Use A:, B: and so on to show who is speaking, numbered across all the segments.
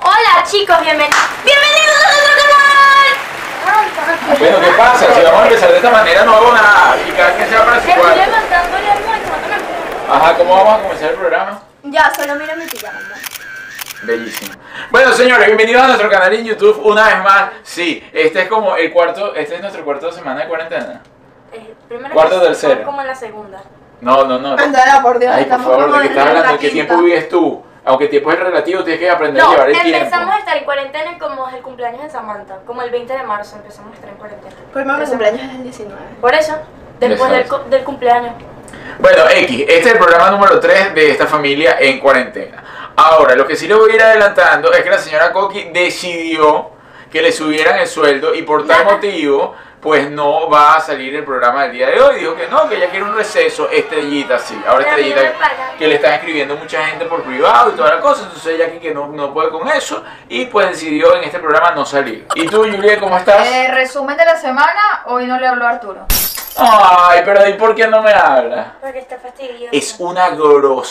A: Hola chicos, bienven- bienvenidos a nuestro canal.
B: Bueno, ¿qué pasa? Si vamos a empezar de esta manera no hago nada. Y cada quien se va para su
A: Estoy
B: cuarto.
A: levantándole al muerto, no me acuerdo.
B: Ajá, ¿cómo vamos a comenzar el programa?
A: Ya, solo mira mi pijama.
B: Bellísimo. Bueno, señores, bienvenidos a nuestro canal en YouTube una vez más. Sí, este es como el cuarto, este es nuestro cuarto semana de cuarentena.
A: Eh, primero
B: Cuarto
A: que-
B: tercero.
A: Como en la segunda.
B: No, no, no.
C: Andala, por Dios,
B: Ay, por
C: estamos
B: favor,
C: como
B: ¿de qué
C: en
B: estás hablando?
C: la
B: ¿En qué
C: quinta.
B: tiempo vives tú? Aunque el tiempo es relativo, tienes que aprender a
A: No,
B: llevar el tiempo.
A: empezamos a estar en cuarentena como el cumpleaños de Samantha, como el 20 de marzo empezamos a estar en cuarentena.
C: Pues mamá, mi cumpleaños es el 19.
A: Por eso, después del,
B: Exacto.
A: cu- del cumpleaños.
B: Bueno, X, este es el programa número 3 de esta familia en cuarentena. Ahora, lo que sí les voy a ir adelantando es que la señora Coqui decidió que le subieran el sueldo y por tal motivo, pues no va a salir el programa del día de hoy. Dijo que no, que ella quiere un receso, estrellita, sí. Ahora
A: Pero a mí no
B: estrellita
A: me pagan.
B: que le están escribiendo mucha gente por privado y toda la cosa, entonces ella aquí que no, no puede con eso y pues decidió en este programa no salir. ¿Y tú, Julia, cómo estás?
D: Eh, resumen de la semana, hoy no le habló Arturo.
B: Ay, pero ¿y por qué no me hablas?
A: Porque está fastidioso.
B: es una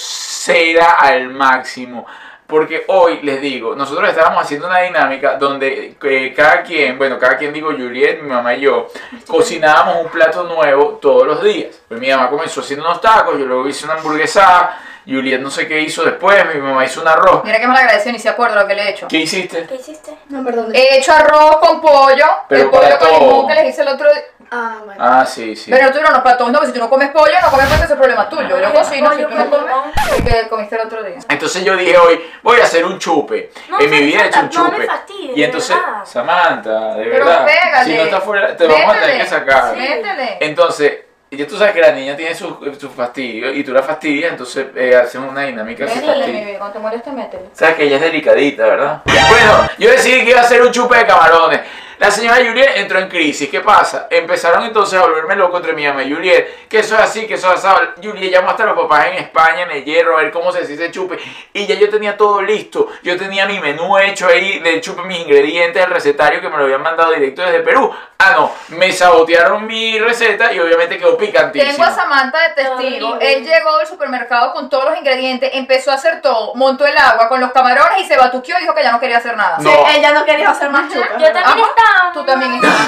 B: grosera al máximo. Porque hoy les digo, nosotros estábamos haciendo una dinámica donde eh, cada quien, bueno, cada quien digo, Juliet, mi mamá y yo, cocinábamos un plato nuevo todos los días. Pues mi mamá comenzó haciendo unos tacos, yo luego hice una hamburguesada, Juliet no sé qué hizo después, mi mamá hizo un arroz.
D: Mira que me la agradeció, ni se acuerda lo que le he hecho.
B: ¿Qué hiciste?
A: ¿Qué hiciste?
C: No, perdón.
B: Eh,
D: He hecho arroz con pollo,
B: Pero
D: el pollo
B: para
D: con
B: todo.
D: limón que les hice el otro día.
C: Ah, bueno.
B: Ah, sí, sí.
D: Pero Arturo, no, para todos no, porque si tú no comes pollo, no comes pollo, ese es problema tuyo. Yo cocino, si
A: Pollo
D: tú no
A: con
D: comes, el que comiste el otro día.
B: Entonces yo dije hoy, voy a hacer un chupe.
A: No
B: en mi
A: me
B: vida he hecho un
A: fastidies, no me
B: chupe.
A: fastidies,
B: y
A: de
B: entonces,
A: verdad.
B: Samantha, de
D: Pero
B: verdad.
D: pégale.
B: Si no está fuera, te vamos a tener
D: Métele.
B: que sacar.
D: Sí, Métele.
B: Entonces, ya tú sabes que la niña tiene su, su fastidio y tú la fastidias, entonces eh, hacemos una dinámica de
D: Métele, mi
B: fastidio.
D: bebé, cuando te mueres te métele.
B: Sabes que ella es delicadita, ¿verdad? Bueno, yo decidí que iba a hacer un chupe de camarones. La señora Juliet entró en crisis. ¿Qué pasa? Empezaron entonces a volverme loco entre mi mamá y Juliet. Que eso es así, que eso es así. Juliet llamó hasta los papás en España, en el hierro, a ver cómo se hace ese chupe. Y ya yo tenía todo listo. Yo tenía mi menú hecho ahí del chupe, mis ingredientes, el recetario que me lo habían mandado directo desde Perú. Ah, no. Me sabotearon mi receta y obviamente quedó picantísimo.
D: Tengo a Samantha de testigo.
A: Horrible.
D: Él llegó al supermercado con todos los ingredientes, empezó a hacer todo, montó el agua con los camarones y se batuqueó y dijo que ya no quería hacer nada.
B: No.
C: Ella no quería hacer más chupas.
A: Yo también
D: Ajá.
A: estaba.
D: Tú también
A: mamá.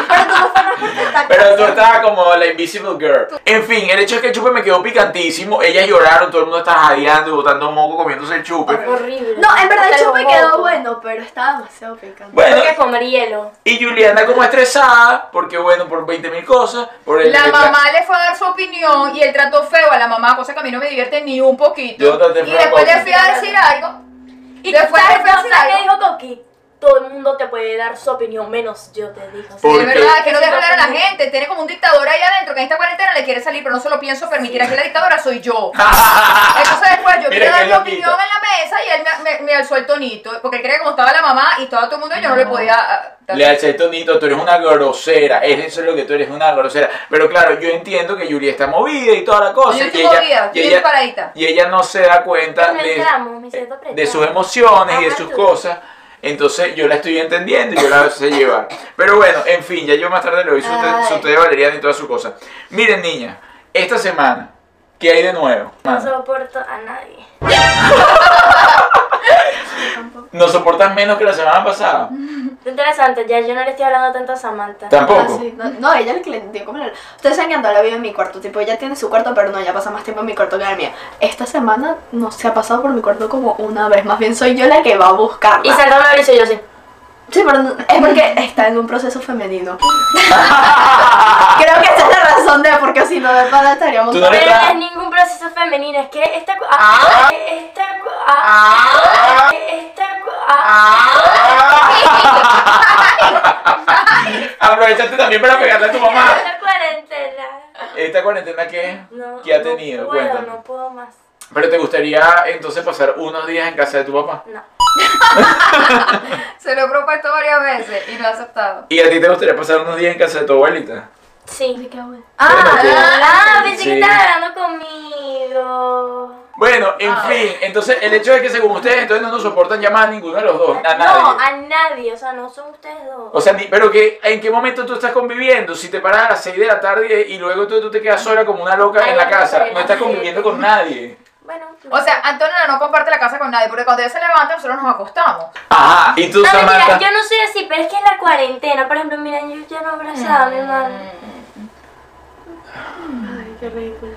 D: estás.
C: Pero tú no fueras porque está
B: Pero tú estabas como la Invisible Girl. En fin, el hecho es que el chupe me quedó picantísimo. Ellas lloraron, todo el mundo estaba jadeando, botando moco, comiéndose el chupe.
A: Horrible.
C: No, en verdad el
A: Te lo
C: chupe quedó
A: boto.
C: bueno, pero estaba demasiado picante.
B: Bueno,
A: Tengo que comer hielo.
B: y Juliana como estresada, porque bueno, por 20 mil cosas. Por el
D: La mamá le fue a dar su opinión y él trató feo a la mamá, cosa que a mí no me divierte ni un poquito.
B: Yo traté
D: y
B: feo a
D: después
B: Coqui.
D: le fui a decir algo.
A: Y
D: después le
A: sabes,
D: fui a
A: no,
D: decir
A: ¿sabes qué
D: algo.
A: dijo Coqui? Todo el mundo te puede dar su opinión, menos yo te dijo.
B: Por-
D: Sí,
B: Porque-
D: es verdad, que no deja
A: Sí,
D: hablar a la
A: también.
D: gente. Tiene como un dictador ahí adentro que en esta cuarentena le quiere salir, pero no se lo pienso permitir. Aquí la dictadora soy yo. Entonces después yo
B: Mira
D: quería dar
B: qué
D: mi
B: loquito.
D: opinión en la mesa y él me, me- me alzó el tonito. Porque él creía que como estaba la mamá y todo, todo el mundo, yo no, le podía... ah, dar-
B: Le alcé el tonito, tú eres una grosera, es eso es lo que tú eres, una grosera. Pero claro, yo entiendo que Julia está movida y toda la cosa.
D: Yo
B: y
D: estoy
B: ella-
D: movida,
B: y
D: yo estoy
B: ella-
D: paradita.
B: y ella no se da cuenta
A: Me
B: de, eh,
A: tramo, me siento apretada.
B: de sus emociones y de
A: Ajá,
B: sus
A: tú.
B: cosas. Entonces yo la estoy entendiendo y yo la sé llevar. Pero bueno, en fin, ya yo más tarde le doy su,
A: Ah,
B: té- su té de valeriana y toda su cosa. Miren, niña, esta semana, ¿qué hay de nuevo?
A: No soporto a nadie.
C: tampoco.
B: ¿Nos soportas menos que la semana pasada?
A: Qué interesante, ya yo no le estoy hablando tanto a Samantha.
B: Tampoco.
C: Ah, sí. No, no, ella es la que le dio como la- Ustedes saben que Andora vive en mi cuarto, tipo, ella tiene su cuarto, pero no, ella pasa más tiempo en mi cuarto que en el mío. Esta semana no se ha pasado por mi cuarto como una vez, más bien soy yo la que va a buscarla.
A: Y Sandra me lo hizo yo sí.
C: Sí, pero no- es porque está en un proceso femenino. Creo que esa es la razón de porque si no de pana estaríamos...
B: Tú no-
A: Pero
B: está?
A: no es ningún proceso femenino, es que esta. cu- ah, es que Esta. cu- ah, es que Esta. cu- ah.
B: Aprovechaste también para pegarle a tu mamá.
A: Esta cuarentena.
B: ¿Esta cuarentena qué,
A: No,
B: qué ha
A: no
B: tenido?
A: puedo,
B: Cuéntame.
A: no puedo más.
B: Pero te gustaría entonces pasar unos días en casa de tu papá.
A: No.
D: Se lo he propuesto varias veces y no ha aceptado.
B: ¿Y a ti te gustaría pasar unos días en casa de tu abuelita?
A: Sí.
B: Pero que-
A: Ah, pensé
B: Sí.
A: que estaba hablando conmigo.
B: Bueno, en
A: Ah.
B: fin, entonces el hecho es que según ustedes entonces no nos soportan ya más a ninguno de los dos, a nadie.
A: No, a nadie, o sea, no son ustedes dos.
B: O sea, ni- pero que en qué momento tú estás conviviendo, si te paras a las 6 de la tarde y luego tú, tú te quedas sola como una loca
A: Ay,
B: en la
A: no,
B: casa,
A: pero
B: no estás
A: sí.
B: conviviendo con nadie.
A: bueno,
D: O sea, Antonella no comparte la casa con nadie porque cuando ella se levanta nosotros nos acostamos.
B: Ajá, y tú
A: no,
B: Samantha.
A: mentira, yo no soy así, pero es que es la cuarentena. Por ejemplo, mira, yo ya no abrazaba a mi mamá.
C: Ay, qué ridículo.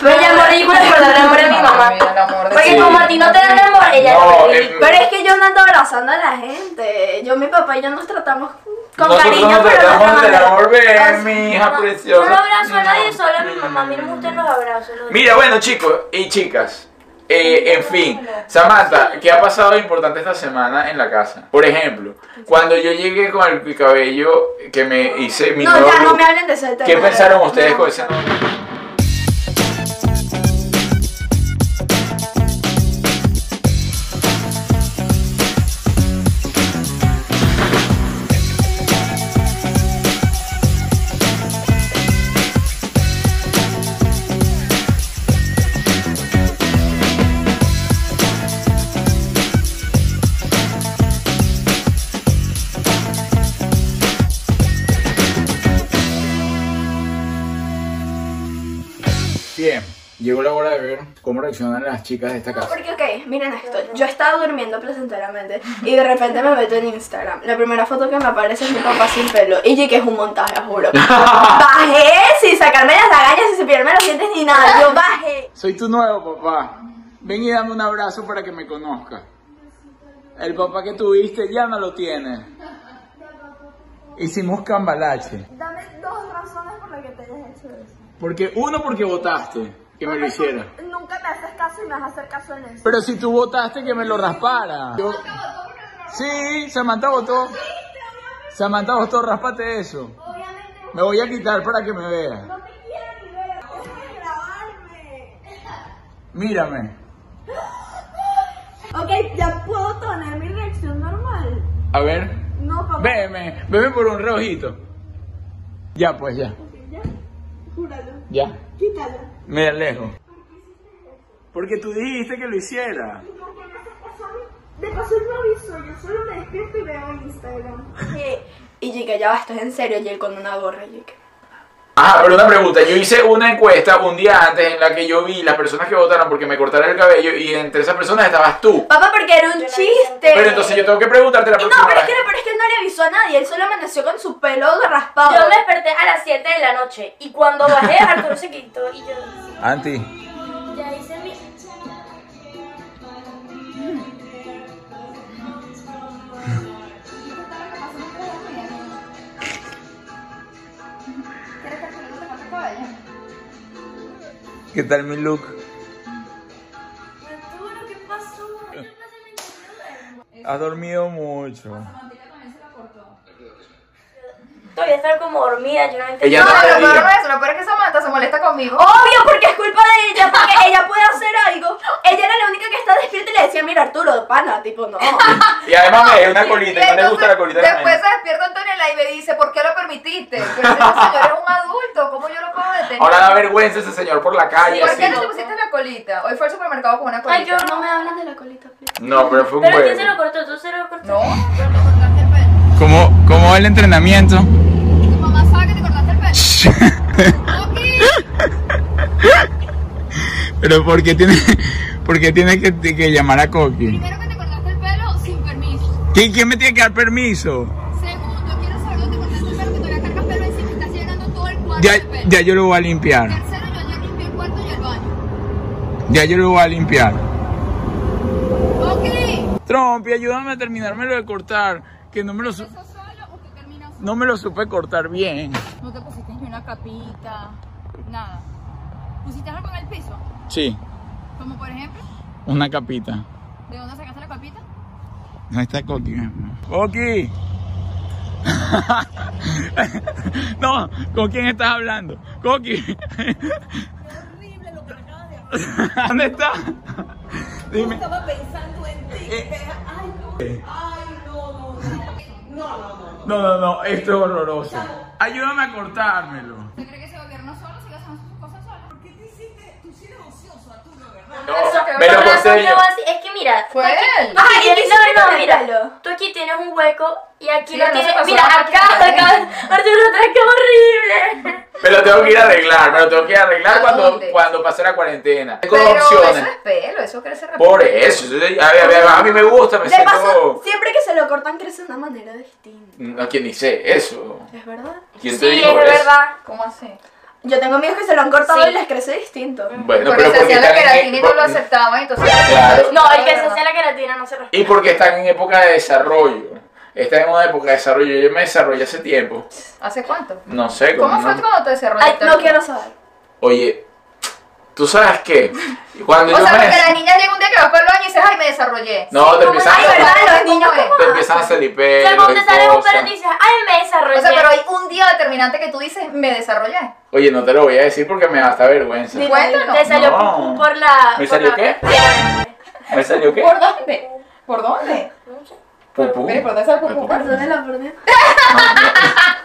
A: Pero ya morí con el amor de mi mamá.
D: Ay, el amor de
A: Porque
D: tu
A: como
D: mamá.
A: a ti no te dan amor, ella
B: No,
A: no,
B: em,
C: Pero es que yo no ando abrazando a la gente. Yo, mi papá y yo nos tratamos con
B: Nosotros
C: cariño,
B: nos
C: pero no
B: tratamos de
C: manera.
B: amor, ven,
C: Entonces,
B: mi
A: No,
B: hija
A: yo
B: preciosa.
A: no abrazo a
B: Mm.
A: nadie, solo a mi mamá. A mí no me gustan los abrazos. los-
B: Mira, bueno, chicos y chicas. eh, en fin, Samantha, ¿qué ha pasado de importante esta semana en la casa? Por ejemplo, cuando yo llegué con el cabello que me hice mi
C: No,
B: nuevo
C: ya no
B: look,
C: me hablen de ese tema.
B: ¿qué pensaron ustedes
C: No.
B: con ese nombre? Bien, llegó la hora de ver cómo reaccionan las chicas de esta
C: No,
B: casa.
C: Porque, ok, miren esto. Yo estaba durmiendo placenteramente y de repente me meto en Instagram. La primera foto que me aparece es mi papá sin pelo. Y yo que es un montaje, juro. Bajé sin sacarme las lagañas, sin cepillarme los dientes ni nada. Yo bajé.
B: Soy tu nuevo papá. Ven y dame un abrazo para que me conozcas. El papá que tuviste ya no lo tienes. Hicimos cambalache.
E: Dame dos razones por las que te hayas hecho eso.
B: Porque uno porque votaste que me lo hiciera.
E: Nunca me haces caso y me vas a hacer caso en eso.
B: Pero si tú votaste que me lo raspara. Yo- Sí, Samantha votó. Samantha votó, raspate eso.
E: Obviamente
B: Me voy a quitar para que me veas.
E: no te quiero ni ver. Deja de grabarme.
B: Mírame.
E: Ok, ya puedo tener mi reacción normal.
B: A ver.
E: No, papá.
B: Veme, veme por un reojito. Ya pues, ya.
E: Ya, júralo.
B: Ya.
E: Quítalo.
B: Me alejo. Porque tú dijiste que lo hiciera.
E: No, que no haces caso a mí. De paso no aviso, yo solo me despierto y veo Instagram.
C: Y yo que ya va, esto es en serio. Y él con una gorra. Y yo que.
B: Ajá, Ah, pero una pregunta. Yo hice una encuesta un día antes en la que yo vi las personas que votaron porque me cortaron el cabello y entre esas personas estabas tú.
C: Papá, porque era un chiste.
B: Pero entonces yo tengo que preguntarte la
C: Y
B: próxima
C: no, pero es que,
B: vez.
C: pero es que él no le avisó a nadie. Él solo amaneció con su pelo raspado.
A: Yo me desperté a las 7 de la noche y cuando bajé, Arturo se quitó y yo.
B: Anti.
A: Ya hice mi.
B: ¿Qué tal mi look? Has dormido mucho.
A: Todavía estaba como dormida, yo no entendí.
B: Ella
D: No,
B: no
D: lo
B: te
D: peor
B: diga.
D: no es eso, lo peor es que Samantha se molesta conmigo.
C: Obvio, porque es culpa de ella, porque ella puede hacer algo. Ella era la única que estaba despierta y le decía, mira Arturo, pana, tipo, no.
B: Y además me dejé una
D: Y
B: colita y no le
D: entonces,
B: gusta la colita. de la
D: Después
B: gente.
D: se despierta Antonella y me dice, ¿por qué lo permitiste? Pero ese señor es un adulto, ¿cómo yo lo puedo detener?
B: Ahora da vergüenza ese señor por la calle
D: ¿Por
B: así.
D: qué no te pusiste la colita? Hoy fue al supermercado con una colita.
A: Ay, yo no me hablan.
C: Hablan de la colita, please.
B: No, pero fue un
A: Pero ¿quién se lo
B: juego.
A: cortó? ¿Tú se lo cortaste?
D: No.
B: ¿Cómo, ¿Cómo va el entrenamiento?
D: Mamá sabe que te cortaste el pelo.
B: Pero ¿por qué tiene, por qué tiene que, que llamar a Coqui?
D: Primero que te cortaste
B: ¿Quién, quién me tiene que dar permiso?
F: Segundo, quiero saber dónde cortaste el pelo que todavía cargas pelo encima y estás llenando todo el cuarto
B: Ya,
F: de pelo.
B: ya yo lo voy a limpiar.
F: Tercero, yo ayer limpié el cuarto y el baño.
B: Ya yo lo voy a limpiar.
F: Ok,
B: Trompi, ayúdame a terminármelo de cortar. Que no me lo, su-
F: ¿eso solo o te terminas?
B: no me lo supe cortar bien.
F: No te pusiste ni una capita, nada. ¿Pusiste algo en el piso?
B: Sí,
F: Como por ejemplo,
B: una capita.
F: ¿de dónde sacaste la capita?
B: No está Coqui. ¡Coqui! no, ¿con quién estás hablando? ¡Coqui! ¿Dónde está? Dime. estaba pensando en ti. Ay, no, no, no. No, no, no. Esto es horroroso. Ayúdame a cortármelo.
F: ¿Usted cree que ese gobierno solo sigue haciendo sus cosas sola?
D: Eso que
B: me lo
D: va
A: Con
D: a pasar.
B: corté
A: razón
B: yo.
A: yo así, es que mira,
D: Fue
A: tú aquí-
D: él.
A: tú aquí
C: Ay,
A: tienes-
C: quisiste
A: no, no, mira,
C: evitarlo.
A: tú aquí tienes un hueco y aquí
D: Sí,
A: lo
D: no se
A: tienes,
D: pasó
A: mira,
D: nada.
A: acá, acá, Arturo, otra que horrible.
B: Me lo tengo que ir a arreglar. Me lo tengo que ir a arreglar
D: ¿A
B: cuando,
D: dónde?
B: cuando pase la cuarentena. Tengo
D: Pero
B: opciones.
D: eso es pelo, eso crece rápido.
B: Por eso. A ver, a ver, a mí me gusta. Me
C: De
B: siento...
C: paso, siempre que se lo cortan crece de una manera distinta.
B: No, quien dice eso.
C: ¿Es verdad?
B: ¿Quién te
A: Sí,
B: dijo
A: es
B: eso?
A: verdad.
D: ¿Cómo así?
C: Yo tengo amigos que se lo han cortado
A: Sí.
C: y les crece distinto.
B: Bueno,
D: porque
B: pero
D: se
B: porque
D: hacía la
B: están en, e,
D: queratina y no lo
B: epo-
D: aceptaban, entonces.
B: Claro.
A: No, el que se hace la queratina no se respeta.
B: y porque están en época de desarrollo. Están en una época de desarrollo. Yo me desarrollé hace tiempo.
D: ¿Hace cuánto?
B: No sé cómo.
D: ¿Cómo fue cuando te
C: Ay,
D: desarrollaste?
C: no quiero saber.
B: Oye, ¿tú sabes qué? Cuando
D: O
B: yo
D: sea,
B: me...
D: porque la niña llega un día que va para el baño y dices, ay, me desarrollé.
B: Pues No, te empiezan,
C: Ay,
B: a,
C: ¿verdad? Los
D: ¿Cómo
C: niños
D: es?
C: como
B: te empiezan a salir pelos
A: Luego te
B: y
A: sale un
B: cosas.
A: perro y dices, ay, me desarrollé.
D: O sea, pero hay un día determinante que tú dices, me desarrollé.
B: Oye, no te lo voy a decir porque me da hasta vergüenza.
C: Dile.
D: Cuéntanos.
A: Te salió
B: No.
A: pum pum por la...
B: ¿Me
A: por
B: salió
A: la-
B: qué? ¿Me salió qué?
D: ¿Por dónde? ¿Por dónde?
B: Pupú.
D: Mire, ¿por dónde sale pupú?
C: Perdónela, perdónela.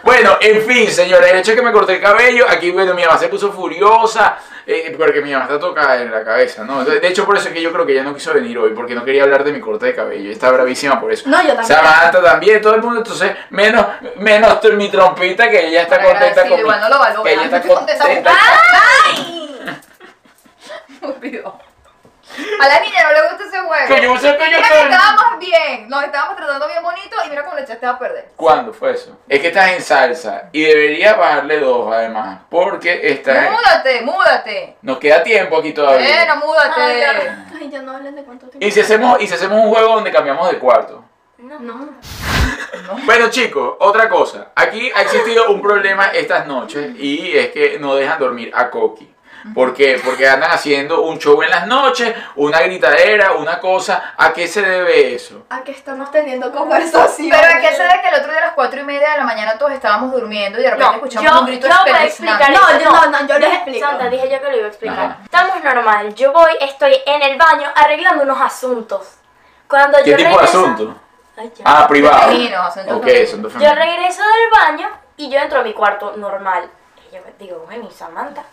B: Bueno, en fin, señores, el hecho es que me corté el cabello, aquí, bueno, mi mamá se puso furiosa, eh, porque mi mamá está tocada en la cabeza, ¿no? De de hecho, por eso es que yo creo que ella no quiso venir hoy, porque no quería hablar de mi corte de cabello, y está bravísima por eso.
C: No, yo también.
B: Samantha también, todo el mundo, entonces, menos, menos tu- mi trompita, que ella está
D: Bueno,
B: contenta
D: agradecido,
B: con mi-
D: igual no lo ¿Ah? valora.
B: que ella está
D: Estoy contenta.
B: contenta.
D: Estúpido. A la niña no le gusta ese juego.
B: Que yo sé que yo
D: Mira que
B: te-
D: estábamos bien, nos estábamos tratando bien bonito y mira cómo le echaste a perder.
B: ¿Cuándo fue eso? Es que estás en salsa, y debería bajarle dos, además, porque está...
D: Múdate, múdate.
B: Nos queda tiempo aquí todavía.
D: Bueno,
C: Ay,
D: múdate.
C: ya. Ay, ya no hablen de cuánto tiempo.
B: Y si hacemos, y si hacemos un juego donde cambiamos de cuarto.
C: No.
B: Bueno chicos, otra cosa. Aquí ha existido un problema estas noches y es que no dejan dormir a Coqui. ¿Por qué? Porque andan haciendo un show en las noches, una gritadera, una cosa. ¿A qué se debe eso?
C: ¿A qué Ah, estamos teniendo conversación?
D: Pero hay que saber que el otro día a las 4 y media de la mañana todos estábamos durmiendo y de repente
A: No,
D: escuchamos
A: yo-
D: un grito
A: yo voy a
D: espeluznante.
A: explicar.
C: No, yo- no, no, yo les
A: Dije-
C: explico.
A: Santa, dije yo que lo iba a explicar.
B: Ajá.
A: Estamos normal. Yo voy, estoy en el baño arreglando unos asuntos. Cuando
B: ¿Qué
A: yo
B: tipo de
A: regreso-
B: asunto?
A: Ay, ya.
B: Ah, privado.
D: Femenino, asunto
B: Ok,
D: femenino.
B: asunto
A: Yo
B: femenino.
A: regreso del baño y yo entro a mi cuarto normal. Y yo digo, bueno, ¿y Samantha?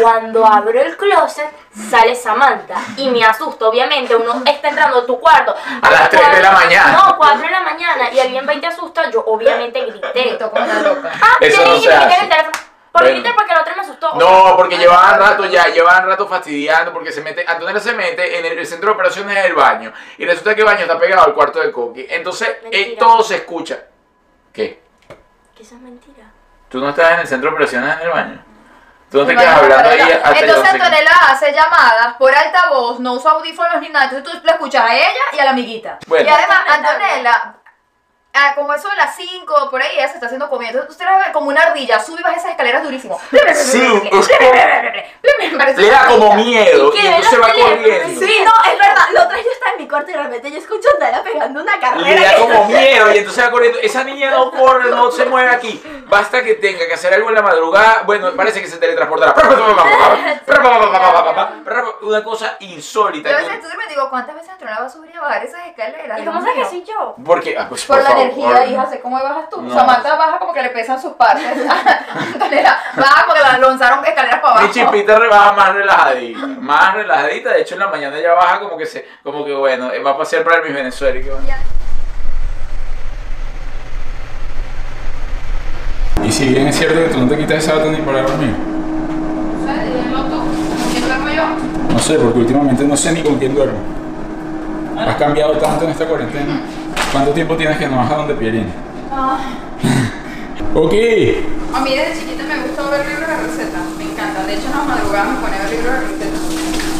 A: Cuando abro el closet, sale Samantha. Y me asusto, obviamente. Uno está entrando a tu cuarto.
B: A las tres de la mañana.
A: No, 4 de la mañana. Y alguien va y te asusta. Yo, obviamente, grité.
D: Grito como una loca.
A: Ah,
B: Eso
A: yo
B: no
A: le
B: se
A: dije que me
B: hace.
A: quité el teléfono. Por
B: Bueno.
A: gritar, porque la otra me asustó.
B: No, porque llevaban rato ya, llevaban rato fastidiando porque se mete, Antonella se mete en el centro de operaciones del baño y resulta que el baño está pegado al cuarto de Coqui. Entonces, eh,
A: Mentira.
B: todo se escucha. ¿Qué?
A: Que eso es mentira.
B: Tú no estás en el centro de operaciones en el baño. Tú no te
D: Bueno,
B: quedas hablando ahí
D: Antonella-
B: hasta que
D: Entonces
B: no se-
D: Antonella hace llamadas por altavoz, no usa audífonos ni nada. Entonces tú la escuchas a ella y a la amiguita.
B: Bueno.
D: Y además, Antonella, ah, como eso de las 5, por ahí ella se está haciendo comida. Entonces usted la ve como una ardilla, sube y baja esas escaleras durísimo.
B: Sí,
D: Parece
B: le da
D: una
B: como
D: ardilla.
B: miedo
A: Y
B: y
A: que
B: entonces se
A: ve
B: va
A: los teléfonos,
B: corriendo.
C: Sí, no, es verdad. La otra yo estaba en mi cuarto y de repente yo escucho a Andrea pegando una carrera.
B: Le da
C: que-
B: como miedo y entonces va corriendo. Esa niña no corre, no se mueve aquí. Basta que tenga que hacer algo en la madrugada. Bueno, parece que se teletransportará. Una cosa insólita.
D: Yo a veces estudio y me digo, ¿cuántas veces Antonella va a subir y bajar esas escaleras?
A: ¿Y
D: Dios
A: cómo sabes que
D: mío.
A: soy yo?
B: Porque, ah, pues,
D: Por,
B: por,
D: la
B: favor.
D: energía, hija, sé cómo bajas tú.
B: No.
D: Samantha baja como que le pesan sus partes. Antonella baja porque la lanzaron escaleras para abajo.
B: Mi chipita rebaja más relajadita, más relajadita. De hecho, en la mañana ya baja como que se, como que bueno, eh, va a pasear para mis Venezuela. y qué bueno.
G: Y si bien es cierto que tú no te quitas esa bata ni para dormir,
D: ¿Sabes? Dímelo tú, ¿con quién duermo yo?
G: no Ah. sé, porque últimamente no sé ni con quién duermo. Has cambiado tanto en esta cuarentena. ¿Cuánto tiempo tienes que no vas a donde Pierina? Ah. ok.
D: A mí desde chiquita me gusta ver libros de recetas, me encanta. De hecho, en las madrugadas me ponía a ver libros de recetas.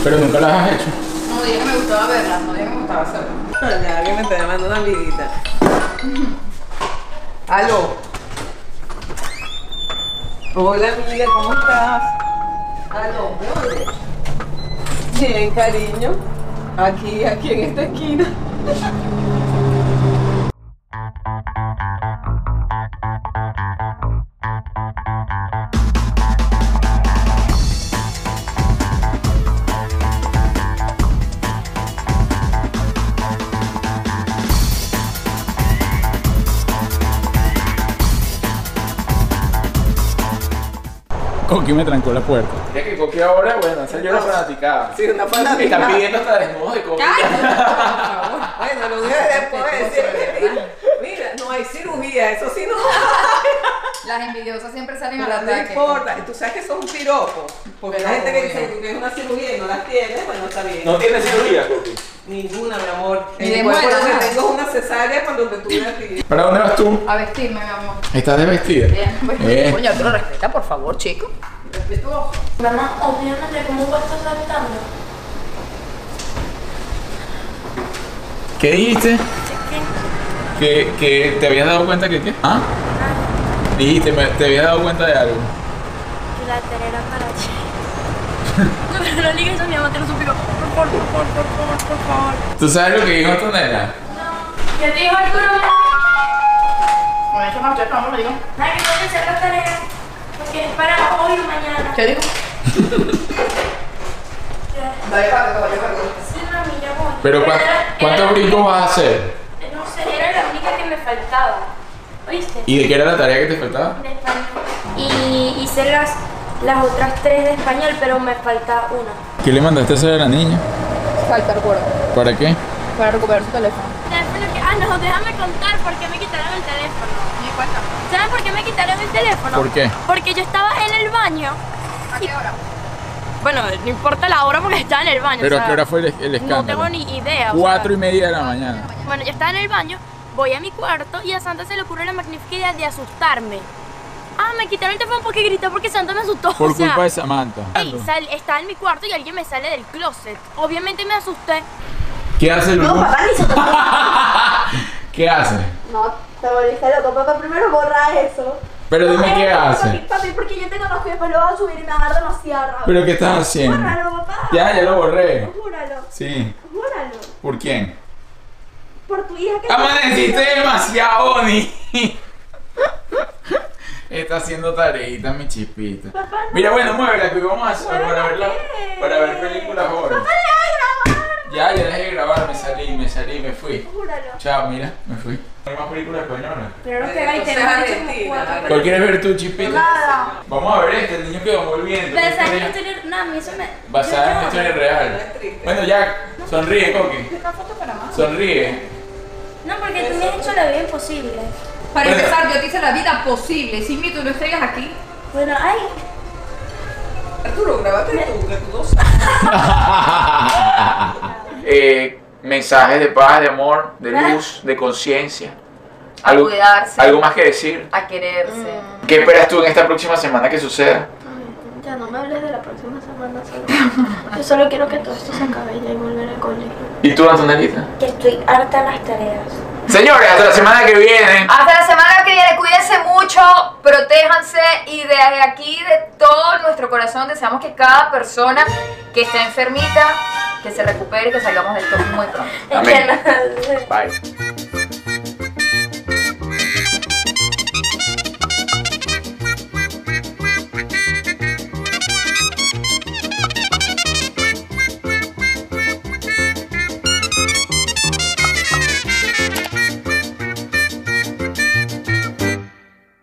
G: Pero nunca las has hecho.
D: No dije que me gustaba verlas, no dije que me gustaba hacerlas.
H: Ya que me está llamando una amiguita. Aló. Hola amiga, ¿cómo estás? Aló, ¿me oyes? Bien, cariño. Aquí, aquí en esta esquina.
G: Coqui me trancó la puerta.
B: Mira que Coqui ahora, bueno, salió la fanaticada.
H: Sí, una
B: Están
H: fanática.
B: pidiendo hasta desnudos de Coqui.
H: Bueno, lo único que puedo decir es que, mira, no hay cirugía, eso sí no
D: Las envidiosas siempre salen al
H: Pero no
D: ataque.
H: importa, tú sabes que son piropos. Porque la gente que dice que es una cirugía y no las tiene, bueno, está bien.
B: No tiene cirugía, Coqui.
H: Ninguna, mi amor.
D: Ni de
H: El cuerpo
D: buena,
H: lo que
D: ¿no?
H: tengo es una cesárea cuando me tuve a ti.
G: ¿Para dónde vas tú?
D: A vestirme, mi amor.
G: Estás desvestida.
D: Bien, bueno,
G: Eh.
D: coño, tú lo respeta, por favor, chico. Respetuoso.
A: Mamá, obviamente, ¿cómo vas a estar saltando?
G: ¿Qué dijiste? Que, que te habías dado cuenta que qué? ¿Ah? Dijiste, me- te habías dado cuenta de algo.
A: Que la terera para ti. No, no digas a mi mamá, te lo suplico. Por favor, por favor, por favor, por favor.
G: ¿Tú sabes lo que dijo Antonella?
A: ¿Qué te dijo el cura?
D: Bueno, eso más no lo digo.
A: Ay, que voy a hacer la tarea. Porque es para hoy o mañana.
D: ¿Qué digo?
H: Dale, pato, dale, pato.
A: Sí, mami, ya voy.
G: Pero ¿cuán-
A: era-
G: ¿cuántos
A: era-
E: eh,
G: brincos vas a hacer?
A: No sé, era la única que me faltaba. ¿Oíste?
G: ¿Y de qué era la tarea que te faltaba?
A: De español. Y hice las, las otras tres de español, pero me falta una.
G: ¿Qué le mandaste a hacer a la niña? Eh.
F: Falta recuerdo.
G: ¿Para qué?
F: Para recuperar su teléfono.
E: Teléfono que- Ah, no, déjame contar por qué me quitaron el teléfono.
D: Ni cuenta.
E: ¿Saben por qué me quitaron el teléfono?
G: ¿Por qué?
E: Porque yo estaba en el baño.
D: ¿A qué hora?
E: Bueno, no importa la hora porque estaba en el baño.
G: ¿Pero
E: o
G: a
E: sea,
G: qué hora fue el, el escándalo?
E: No tengo ni idea. o
G: Cuatro
E: sea.
G: y media de la mañana.
E: Bueno, yo estaba en el baño, voy a mi cuarto y a Santa se le ocurre la magnífica idea de asustarme. Ah, me quitaron el teléfono porque gritó porque Santa me asustó.
G: Por
E: o sea,
G: culpa de Samantha.
E: ey, sal- estaba en mi cuarto y alguien me sale del closet. Obviamente me asusté.
G: ¿Qué hace Lulú?
C: No, papá, ni se te ocurra.
G: ¿Qué hace?
C: No, te volviste loco, papá. Primero borra eso.
G: Pero dime qué
C: Papi,
G: hace.
C: papi, porque yo te conozco y después lo vas a subir y me vas a dar demasiada rabia.
G: ¿Pero qué estás haciendo?
C: Bórralo, papá.
G: Ya, ya lo borré.
C: Júralo,
G: Sí.
C: júralo.
G: ¿Por quién?
C: Por tu hija que
G: Ah, Amaneciste demasiado, Oni. Está haciendo tareita, mi chipita. Mira, bueno, muévela, que vamos a hacer para ver, la- para ver películas ahora. Ya, ya dejé de grabar, me salí, me salí, me fui.
C: Júralo.
G: Chao, mira, me fui. No hay más películas españolas.
C: Pero
H: que ahí te lo han hecho como cuatro
G: ¿Cuál quieres ver tú, chipita?
C: Nada.
G: Vamos a ver este, el niño que va volviendo.
A: Pero
G: Basada
A: sabes que estoy... No, a mí eso me...
G: Basada en una
A: yo- yo-
G: historia real. Bueno, ya, sonríe, Coqui.
D: Una foto para más.
G: Sonríe.
A: No, porque tú me has hecho la vida imposible.
D: Para
G: Bueno.
D: empezar, yo te hice la vida posible. Sin mí tú no estarías aquí.
A: Bueno, ay,
H: Arturo, grabate tú, que tú no sabes.
B: Eh, mensajes de paz, de amor, de luz, de conciencia.
D: A cuidarse.
B: ¿Algo más que decir?
D: A
F: Mm.
D: quererse.
B: ¿Qué esperas tú en esta próxima semana que suceda?
C: Ya no me hables de la próxima semana solo. Yo solo quiero que todo esto se acabe ya y volver al colegio.
B: ¿Y tú, Antonelita?
A: que estoy harta de las tareas.
B: Señores, hasta la semana que viene.
D: Hasta la semana que viene, cuídense mucho, protéjanse y desde aquí, de todo nuestro corazón, deseamos que cada persona que esté enfermita, que se recupere y que salgamos de esto muy pronto.
B: Amén.
A: Es que no-
B: Bye.